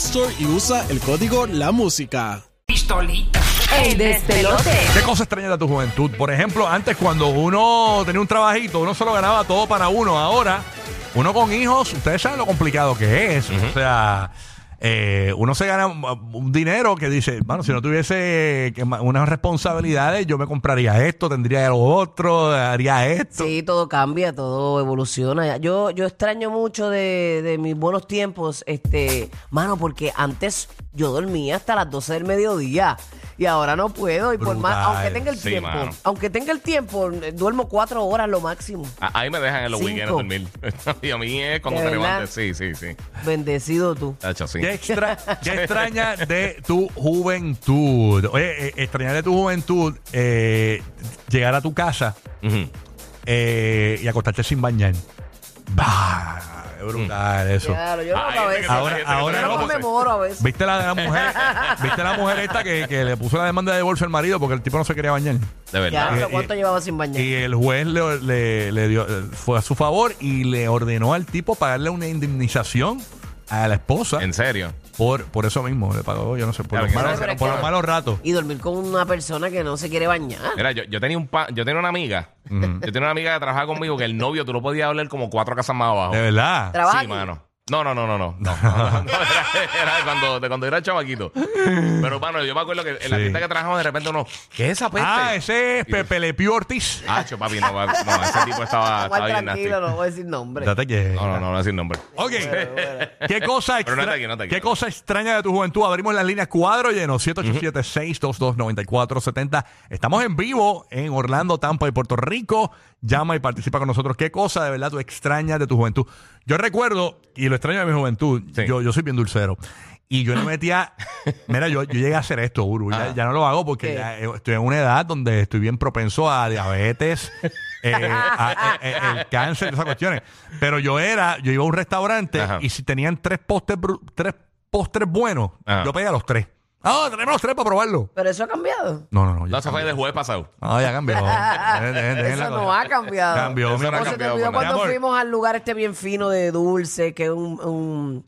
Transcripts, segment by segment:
Store y usa el código La Música. Pistolita. El despelote. ¿Qué cosa extraña de tu juventud? Por ejemplo, antes cuando uno tenía un trabajito, uno solo ganaba todo para uno. Ahora, uno con hijos, ustedes saben lo complicado que es. O sea, eh, uno se gana un- un dinero que dice, bueno, si no tuviese que ma- unas responsabilidades, yo me compraría esto, tendría lo otro, haría esto. Sí, todo cambia, todo evoluciona. Yo, yo extraño mucho de, de mis buenos tiempos, este, mano, porque antes yo dormía hasta las 12 del mediodía y ahora no puedo. Y por más, Brutal. aunque tenga el Sí, tiempo, mano. aunque tenga el tiempo, eh, duermo cuatro horas lo máximo. A- Ahí me dejan en los Cinco. weekends dormir. y a mí es cuando ¿De te verdad? levantes. Sí, sí, sí. Bendecido tú. Tacho, sí. ¿Qué, extra- qué extraña de tu juventud? Oye, eh, extrañar de tu juventud eh, llegar a tu casa Ujú. eh, y acostarte sin bañar. Bah, es brutal eso. Claro, yo no Ay, lo gente que cabeza. se- Ahora- gente que se ahora Yo le no no, conoce. conmemoro a veces. ¿Viste la, la mujer? ¿Viste la mujer esta que, que le puso la demanda de divorcio al marido porque el tipo no se quería bañar? De Ya, verdad. pero ¿cuánto Y- llevaba sin bañar? Y el juez le, le- le dio, eh, fue a su favor y le ordenó al tipo pagarle una indemnización a la esposa En serio. por, por eso mismo. Le pagó, yo no sé, por, Claro, los, que no malos, se lo por los pagan. malos ratos. Y dormir con una persona que no se quiere bañar. Mira, yo, yo tenía un pa- yo tenía una amiga. Yo tenía una amiga que trabajaba conmigo que el novio tú lo podías hablar como cuatro casas más abajo. De verdad. Trabaja Sí, aquí. mano. No, no, no, no, no. no, no, no, era, era de cuando, de cuando era chamaquito. Pero, mano, yo me acuerdo que en la Sí. fiesta que trabajamos, de repente uno, ¿qué es esa peste? Ah, ese es Y tú, Pepe Le Pew Ortiz. Ah, cho, papi, no, papi, no, ese tipo Igual estaba, estaba Ah, bien nasty. tranquilo, No, no voy a decir nombre. Date que. no, no, no voy a decir nombre. Ok. ¿Qué cosa, Pero extra- no está aquí, no está aquí. ¿Qué cosa extraña de tu juventud? Abrimos las líneas cuadro lleno, 787-622-9470. Estamos en vivo en Orlando, Tampa y Puerto Rico. Llama y participa con nosotros. ¿Qué cosa de verdad tú extrañas de tu juventud? Yo recuerdo, y lo extraño de mi juventud, Sí. yo, yo soy bien dulcero. Y yo le metía. Mira, yo, yo llegué a hacer esto, Uru. Ya, Ah. ya no lo hago porque ¿Qué? ya eh, estoy en una edad donde estoy bien propenso a diabetes, eh, a- eh, eh, el cáncer, esas cuestiones. Pero yo era, yo iba a un restaurante Ajá. y si tenían tres postres, bru- tres postres buenos, Ajá. yo pedía los tres. Ah, tenemos los tres para probarlo. Pero eso ha cambiado. No, no, no. No, Ya eso fue cambió. del jueves pasado. No, ya cambió. Dejen- dejen- dejen la Eso no cosa. ha cambiado. Cambió, Eso mi no ha amor. ¿Cómo se te cambiado, olvidó bueno. cuando Mi amor. fuimos al lugar este bien fino de dulce, que es un, un-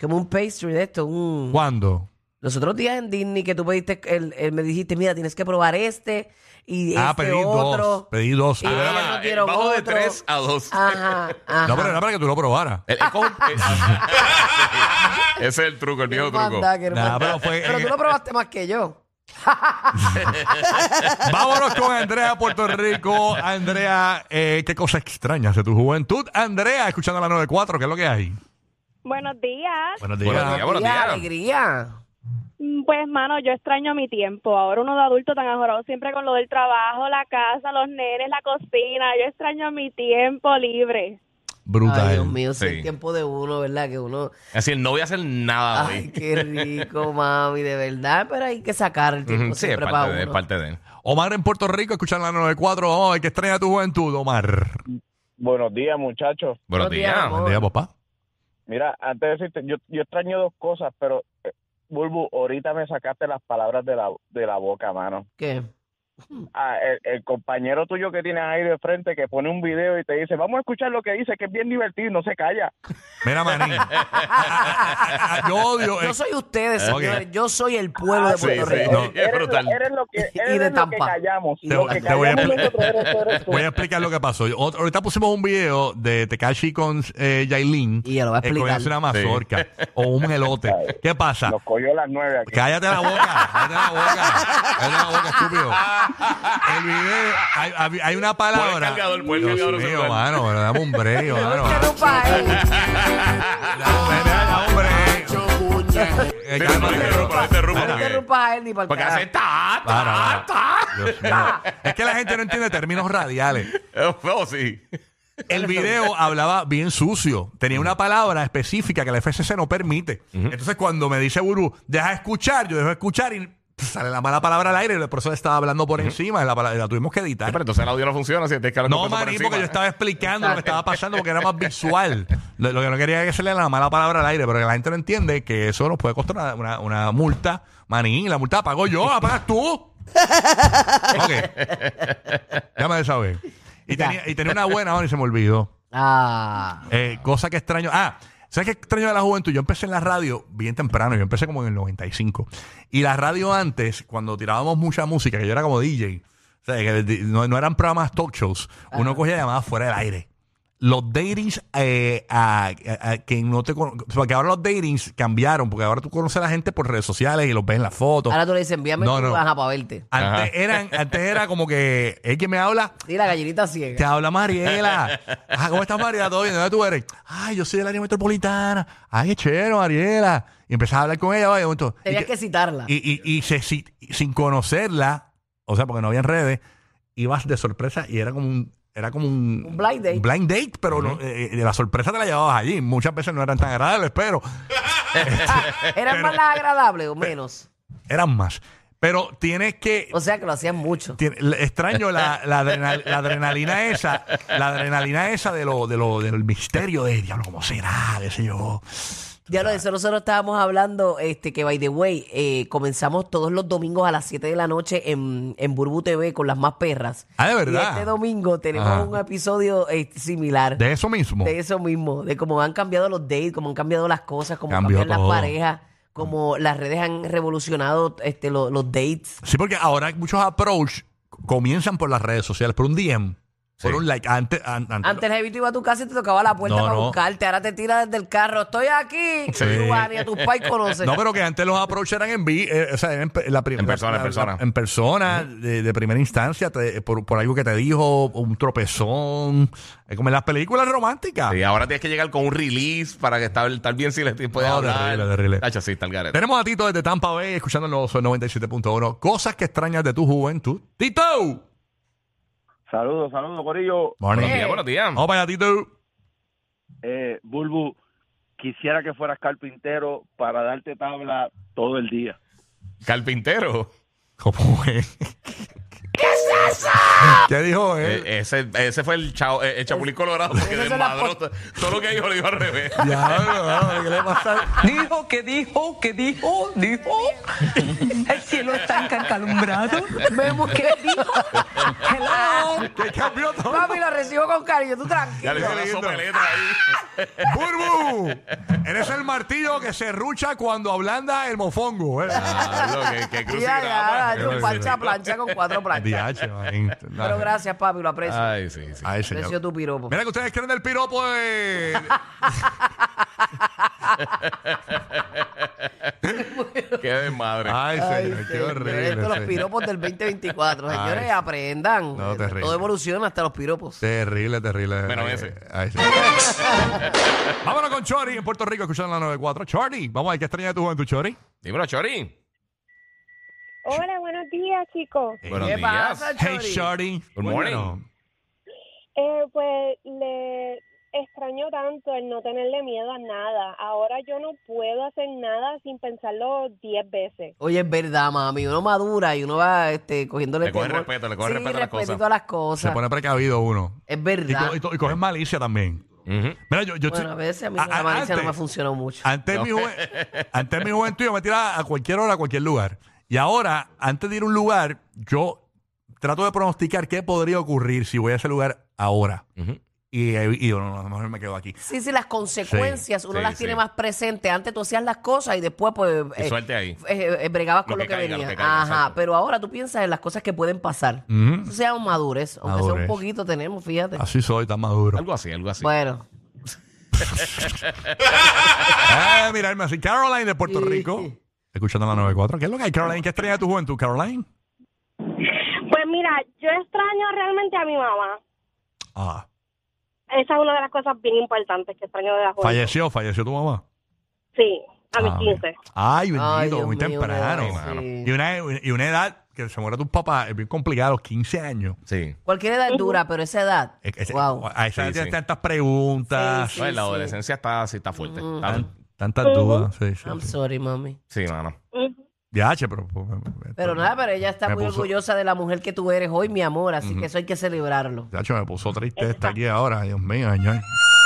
como un pastry de esto, un ¿Cuándo? los otros días en Disney que tú pediste, el, el- me dijiste, mira, tienes que probar este y ah, este pedí otro. dos. Pedí dos. Y Ah, ellos Ah, nos dieron bajo de otro. Ah, tres a dos. Ajá, ajá. no, pero era para que tú lo probaras. El- el co- Sí, Ese es el truco, el Qué viejo truco. hermandad, qué hermandad. pero fue- Pero tú lo probaste más que yo. Vámonos con Andrea a Puerto Rico. Andrea, eh, qué cosas extrañas de tu juventud. Andrea, escuchando la 94, ¿qué es lo que hay? Buenos días. Buenos días. días. Ya, buenos Alegría, días. alegría. Mm, Pues, mano, yo extraño mi tiempo. Ahora uno de adulto tan ajorado siempre con lo del trabajo, la casa, los nenes, la cocina. Yo extraño mi tiempo libre. Brutal. Ay, Dios mío, si Sí. el tiempo de uno, ¿verdad? Que uno... Es decir, no voy a hacer nada Ay, hoy. qué rico, mami, de verdad. Pero hay que sacar el tiempo Ujú, Sí, es siempre para parte de, es uno. parte de. Omar en Puerto Rico, escuchando la 94. Vamos a ver qué extraña tu juventud, Omar. Buenos días, muchachos. Buenos Buenos días, días. amor. Buen día, papá. Mira, antes de decirte, yo, yo extraño dos cosas, pero eh, Bulbu, ahorita me sacaste las palabras de la, de la boca, mano. ¿Qué? Ah, el, el compañero tuyo que tienes ahí de frente que pone un video y te dice, vamos a escuchar lo que dice, que es bien divertido, y no se calla. Mira, maní. Yo odio. Yo eh, soy ustedes, Ok. señores. Yo soy el pueblo de sí, Puerto Ah, sí. Rico. No. Es eres, brutal. lo- eres lo que, Y eres de lo que Tampa. callamos. Y de lo que Tampa. Te voy a- callamos nosotros eres, eres tú. Voy a explicar lo que pasó. Yo- ot- ahorita pusimos un video de Tekashi con eh, Yailin. Y ya lo va a eh, comiéndose explicar. una mazorca o un elote. ¿Qué pasa? Nos cogió las nueve aquí. Cállate la boca, cállate la boca, cállate la boca, estúpido. Ah. El video, hay, hay- hay una palabra. Pon el cargador, pon el Dios cargador, mío, Samuel. mano, pero dame un break, mano. No interrumpa a él. Dame un break. Eh, Pero no cálmate. interrumpa, no interrumpa, No Mira, porque- interrumpas a él ni para Porque hace ta, Para, ta, para. Dios mío. Es que la gente no entiende términos radiales. ta. No, Oh, sí. El video hablaba bien sucio. Tenía una palabra específica que la FCC no permite. Entonces, cuando me dice Buru, deja de escuchar, yo dejo de escuchar y pff, sale la mala palabra al aire. Y por eso estaba hablando por encima. La, pala- la tuvimos que editar. pero entonces el audio no funciona si tienes que hablar no, completo por maní, encima. porque yo estaba explicando lo que estaba pasando porque era más visual. Lo, lo que no quería era que saliera la mala palabra al aire, pero que la gente no entiende que eso nos puede costar una, una- una multa. Maní, la multa la pago yo, la pagas tú. ok. Ya me desahogué. Y Ya. tenía, y tenía una buena, ahora y se me olvidó. Ah. Eh, cosa que extraño. Ah, ¿sabes qué extraño de la juventud? Yo empecé en la radio bien temprano, yo empecé como en el 95. Y la radio antes, cuando tirábamos mucha música, que yo era como DJ, o sea, que di- no, no eran programas talk shows, uno cogía llamadas fuera del aire. Los datings, eh, a, a- a que no te con- o sea, que ahora los datings cambiaron, porque ahora tú conoces a la gente por redes sociales y los ves en las fotos. Ahora tú le dices, envíame No, tu no. baja para verte. Antes, eran, antes era como que, es que me habla, Sí, la gallinita te ciega. habla Mariela. Ah, ¿Cómo estás, Mariela? ¿Todo bien? ¿De ¿Dónde tú eres? Ay, yo soy del área metropolitana. Ay, qué chévere, Mariela. Y empezás a hablar con ella. vaya, un montón. Tenías y, que citarla. y, y- y se- si- sin conocerla, o sea, porque no había redes, ibas de sorpresa y era como un... Era como un, Un blind date. blind date, pero no, eh, eh, la sorpresa te la llevabas allí. Muchas veces no eran tan agradables, pero ¿Eran más las agradables o menos? eran más. Pero tienes que... O sea que lo hacían mucho. Tiene- le- extraño la, la adrenal- la adrenalina esa, la adrenalina esa de lo, de lo, del misterio de diablo, ¿cómo será? Qué sé yo. Ya lo de eso nosotros estábamos hablando, este, que by the way, eh, comenzamos todos los domingos a las 7 de la noche en, en Burbu TV con las más perras. Ah, de Y verdad. este domingo tenemos Ajá. un episodio eh, similar. De eso mismo. De eso mismo, de cómo han cambiado los dates, cómo han cambiado las cosas, cómo Cambió cambian todo. las parejas, cómo las redes han revolucionado este, lo- los dates. Sí, porque ahora muchos approach comienzan por las redes sociales, por un DM, por Sí. un like. Antes, an- antes- Antes el jevito iba a tu casa y te tocaba la puerta No, para no. buscarte, ahora te tira desde el carro, estoy aquí, Sí. y Juan, y a tus pais conocen. No, pero que antes los approach eran en, vi- eh, o sea, en, pe- la prim- En persona, en la- la- persona. en persona, de, de primera instancia, te- por, por algo que te dijo, un tropezón, eh, como en las películas románticas. Sí, ahora tienes que llegar con un release para que estar, estar bien si les puedes No, hablar. terrible, terrible. Tacho, sí, está el garete. Tenemos a Tito desde Tampa Bay escuchándonos en 97.1. Cosas que extrañas de tu juventud. ¡Tito! Saludos, saludos, Corillo. Buenos Eh. días, buenos días. Vamos para allá, Tito. Eh, Bulbu, quisiera que fueras carpintero para darte tabla todo el día. Carpintero. ¿Cómo es? ¿Qué es eso? ¿Qué dijo él? Eh, ese, ese fue el, chao, eh, el chapulín colorado porque Esas son las desmadró to- todo lo que dijo lo dijo al revés. Diablo, diablo, ¿qué le pasa? Dijo que dijo, que dijo, dijo. El cielo está encalumbrado. Vemos que dijo. Hello. ¿Qué cambió todo? Papi, lo recibo con cariño, tú Ya tranquilo. le hizo la lindo. sopa de letra ahí. ¡Burbu! Eres el martillo que se rucha cuando ablanda el mofongo. ¿eh? Diablo, qué- qué Ya, ya, crucigrama. Ah, ya, yo plancha, plancha con cuatro planchas. DH, Ah, man. Pero gracias, papi, lo aprecio. Ay, sí, sí. Ay, señor. aprecio tu piropo. Mira que ustedes creen del piropo de... Qué desmadre. Ah. Ay, Ay, señor, qué señor, horrible. Estos los señor. piropos del 2024. Ay, Señores, sí. aprendan. No, terrible. Todo evoluciona hasta los piropos. Terrible, terrible. Menos Ay, eh, ese. ay, sí. Vámonos con Chori en Puerto Rico, escuchando la 94. Chori, vamos a ver qué extraña de tu juventud, Chori. Dímelo, Chori. Hola, buenos días, chicos. Buenos ¿Qué días. pasa, Chori? Chori. Good morning. Eh, pues le extraño tanto el no tenerle miedo a nada. Ahora yo no puedo hacer nada sin pensarlo diez veces. Oye, es verdad, mami. Uno madura y uno va este, cogiéndole Le coge temor. respeto, le coge Sí, respeto a las cosas. respetito a las Se cosas. pone precavido uno. Es Y, verdad. co- y to- y coges malicia también. Ujú. Mira, yo, yo bueno, estoy- a veces a mí A- la a- malicia no antes- me ha funcionado mucho. Antes, mi juve- antes mi juventud yo me tiraba a cualquier hora, a cualquier lugar. Y ahora, antes de ir a un lugar, yo trato de pronosticar qué podría ocurrir si voy a ese lugar ahora. Ujú. Y, y yo, no, no, a lo mejor me quedo aquí. Sí, sí, las consecuencias uno sí, las sí. tiene más presentes. Antes tú hacías las cosas y después, pues. Y eh, suerte ahí. eh, eh, bregabas con Lo lo, que que, caiga, lo venía. que caiga, Ajá, exacto. pero ahora tú piensas en las cosas que pueden pasar. Ujú. Eso se llama madurez, aunque sea Madurez. un poquito tenemos, fíjate. Así soy, tan maduro. Algo así, algo así. Bueno, Ah, mirarme así. Caroline de Puerto Rico. Escuchando la 94. ¿Qué es lo que hay, Caroline? ¿Qué estrella de tu juventud, Caroline? Pues mira, yo extraño realmente a mi mamá. Ah, Esa es una de las cosas bien importantes que extraño de la juventud. falleció, falleció tu mamá. Sí, a mis Ah, 15. Ay, Ay, bendito, Dios muy mío, temprano. una edad, sí. Y, una, y una edad que se muera tu papá es bien complicado, a los 15 años. Sí. Cualquier edad es dura, pero esa edad. Es que ese- wow. A esa Sí, edad tienes sí. tantas preguntas, Sí, Oye, la sí. Mm. adolescencia está, sí, está fuerte. Está- tan- tantas dudas. Sí, sí, I'm sí. sorry, mami. sí, mano. Ya, che, pero. pues, Pero nada, pero ella está Me muy puso- orgullosa de la mujer que tú eres hoy, mi amor, así que eso hay que celebrarlo. Chacho, me puso triste esta aquí ahora. Dios mío, señor.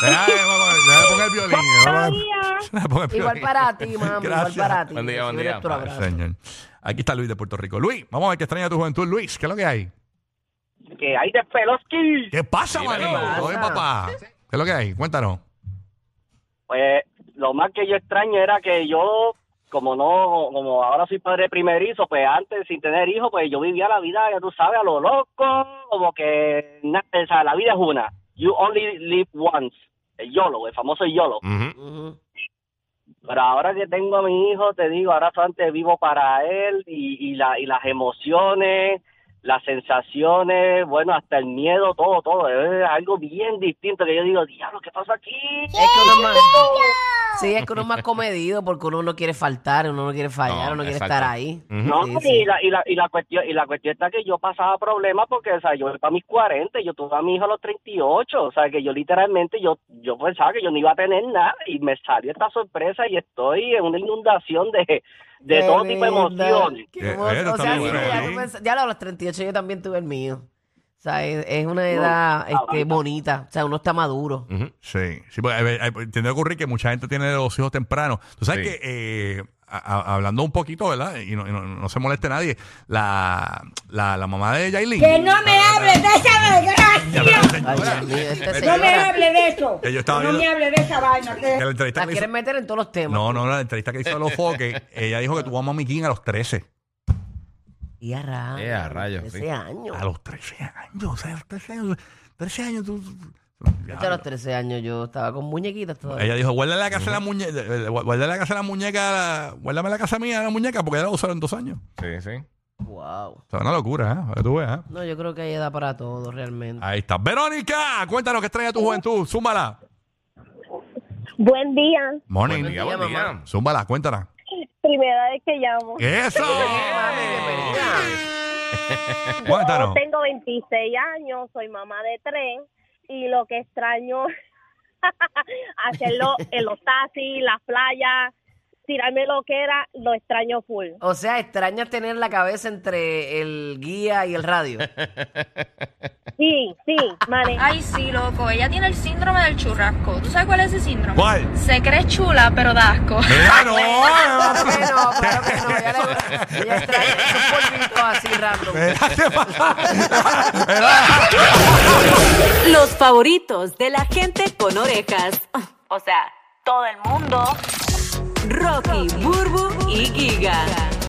Deja de- deja de poner el violín. deja de poner- deja de poner el Igual violín. para ti, mami, igual Gracias. para ti. Buen día, buen Recibes día. tu abrazo. Señor. Aquí está Luis de Puerto Rico. Luis, vamos a ver qué extraña tu juventud. Luis, ¿qué es lo que hay? Que hay de Peloski. ¿Qué pasa, Dímelo. manito? Oye, papá. ¿Qué es lo que hay? Cuéntanos. Pues lo más que yo extraño era que yo, como no, como ahora soy padre primerizo, pues antes sin tener hijos, pues yo vivía la vida, ya tú sabes, a lo loco, como que na- o sea, la vida es una. You only live once. El YOLO, el famoso YOLO. Ujú. Ujú. Pero ahora que tengo a mi hijo, te digo, ahora solamente vivo para él y, y, la, y las emociones, las sensaciones, bueno, hasta el miedo, todo, todo. Es algo bien distinto que yo digo, diablo, ¿qué pasa aquí? Es que uno es más. Sí, es que uno es más comedido porque uno no quiere faltar, uno no quiere fallar, No, uno quiere exacto. estar ahí. Ujú. No, Sí, y, sí. La, y, la, y, la cuestión, y la cuestión está que yo pasaba problemas porque, o sea, yo para mis 40, yo tuve a mi hijo a los 38, o sea, que yo literalmente, yo yo pensaba que yo no iba a tener nada y me salió esta sorpresa y estoy en una inundación de, de Qué todo tipo de linda. emociones. Qué Eh, hermoso. esto O está sea, muy sí, bueno, ya, ¿eh? tú pens- ya a los 38 yo también tuve el mío. O sea, es, es una edad este, bonita. O sea, uno está maduro. Ujú. Sí, sí, pues, eh, eh, tiene que ocurrir que mucha gente tiene los hijos tempranos. Tú sabes Sí. que, eh, a- a- hablando un poquito, ¿verdad? Y no, y no- no se moleste nadie, la, la, la mamá de Yailin. Ah, Que no me hable de esa Ya, desgracia. pero, Ay, señora, eh, Dios mío, este esta No No me señora hable de eso. Que yo estaba No me viendo- hable de esa vaina. que la que- entrevista la que le hizo- quieren meter en todos los temas. No, no, la entrevista que hizo a los foques, ella dijo que tuvo a Mami King a los 13. Y a rayos. Eh, a rayos, sí. 13 años. A los 13 años, o sea, 13 años, 13 años tú... Yo a los 13 años yo estaba con muñequitas todavía. Ella dijo, guárdale la casa de la muñeca, guárdale la casa de la muñeca, la- guárdame la casa mía de la muñeca, porque ya la usaron dos años. Sí, sí. Wow. O sea, una locura, ¿eh? Para que tú veas, ¿eh? No, yo creo que hay edad para todo realmente. Ahí está. Verónica, cuéntanos qué trae tu juventud. Zúmbala. Buen día. Morning. Buen día, buen Buen día, día. Zúmbala, cuéntanos. Primera vez que llamo. ¡Eso! mami, qué cuéntanos. Tengo 26 años, soy mamá de tres y lo que extraño hacerlo en los taxis, las playas, tirarme lo que era, lo extraño full. O sea, extrañas tener la cabeza entre el guía y el radio. Sí, sí, mane. Ay, sí, loco. Ella tiene el síndrome del churrasco. ¿Tú sabes cuál es ese síndrome? ¿Cuál? Se cree chula, pero da asco. Mira, no, Claro que no. no, claro que no. Ella, le, ella extraña esos polvitos así random. Mira, ¿qué pasa? Los favoritos de la gente con orejas. O sea, todo el mundo. Rocky, Burbu y Giga.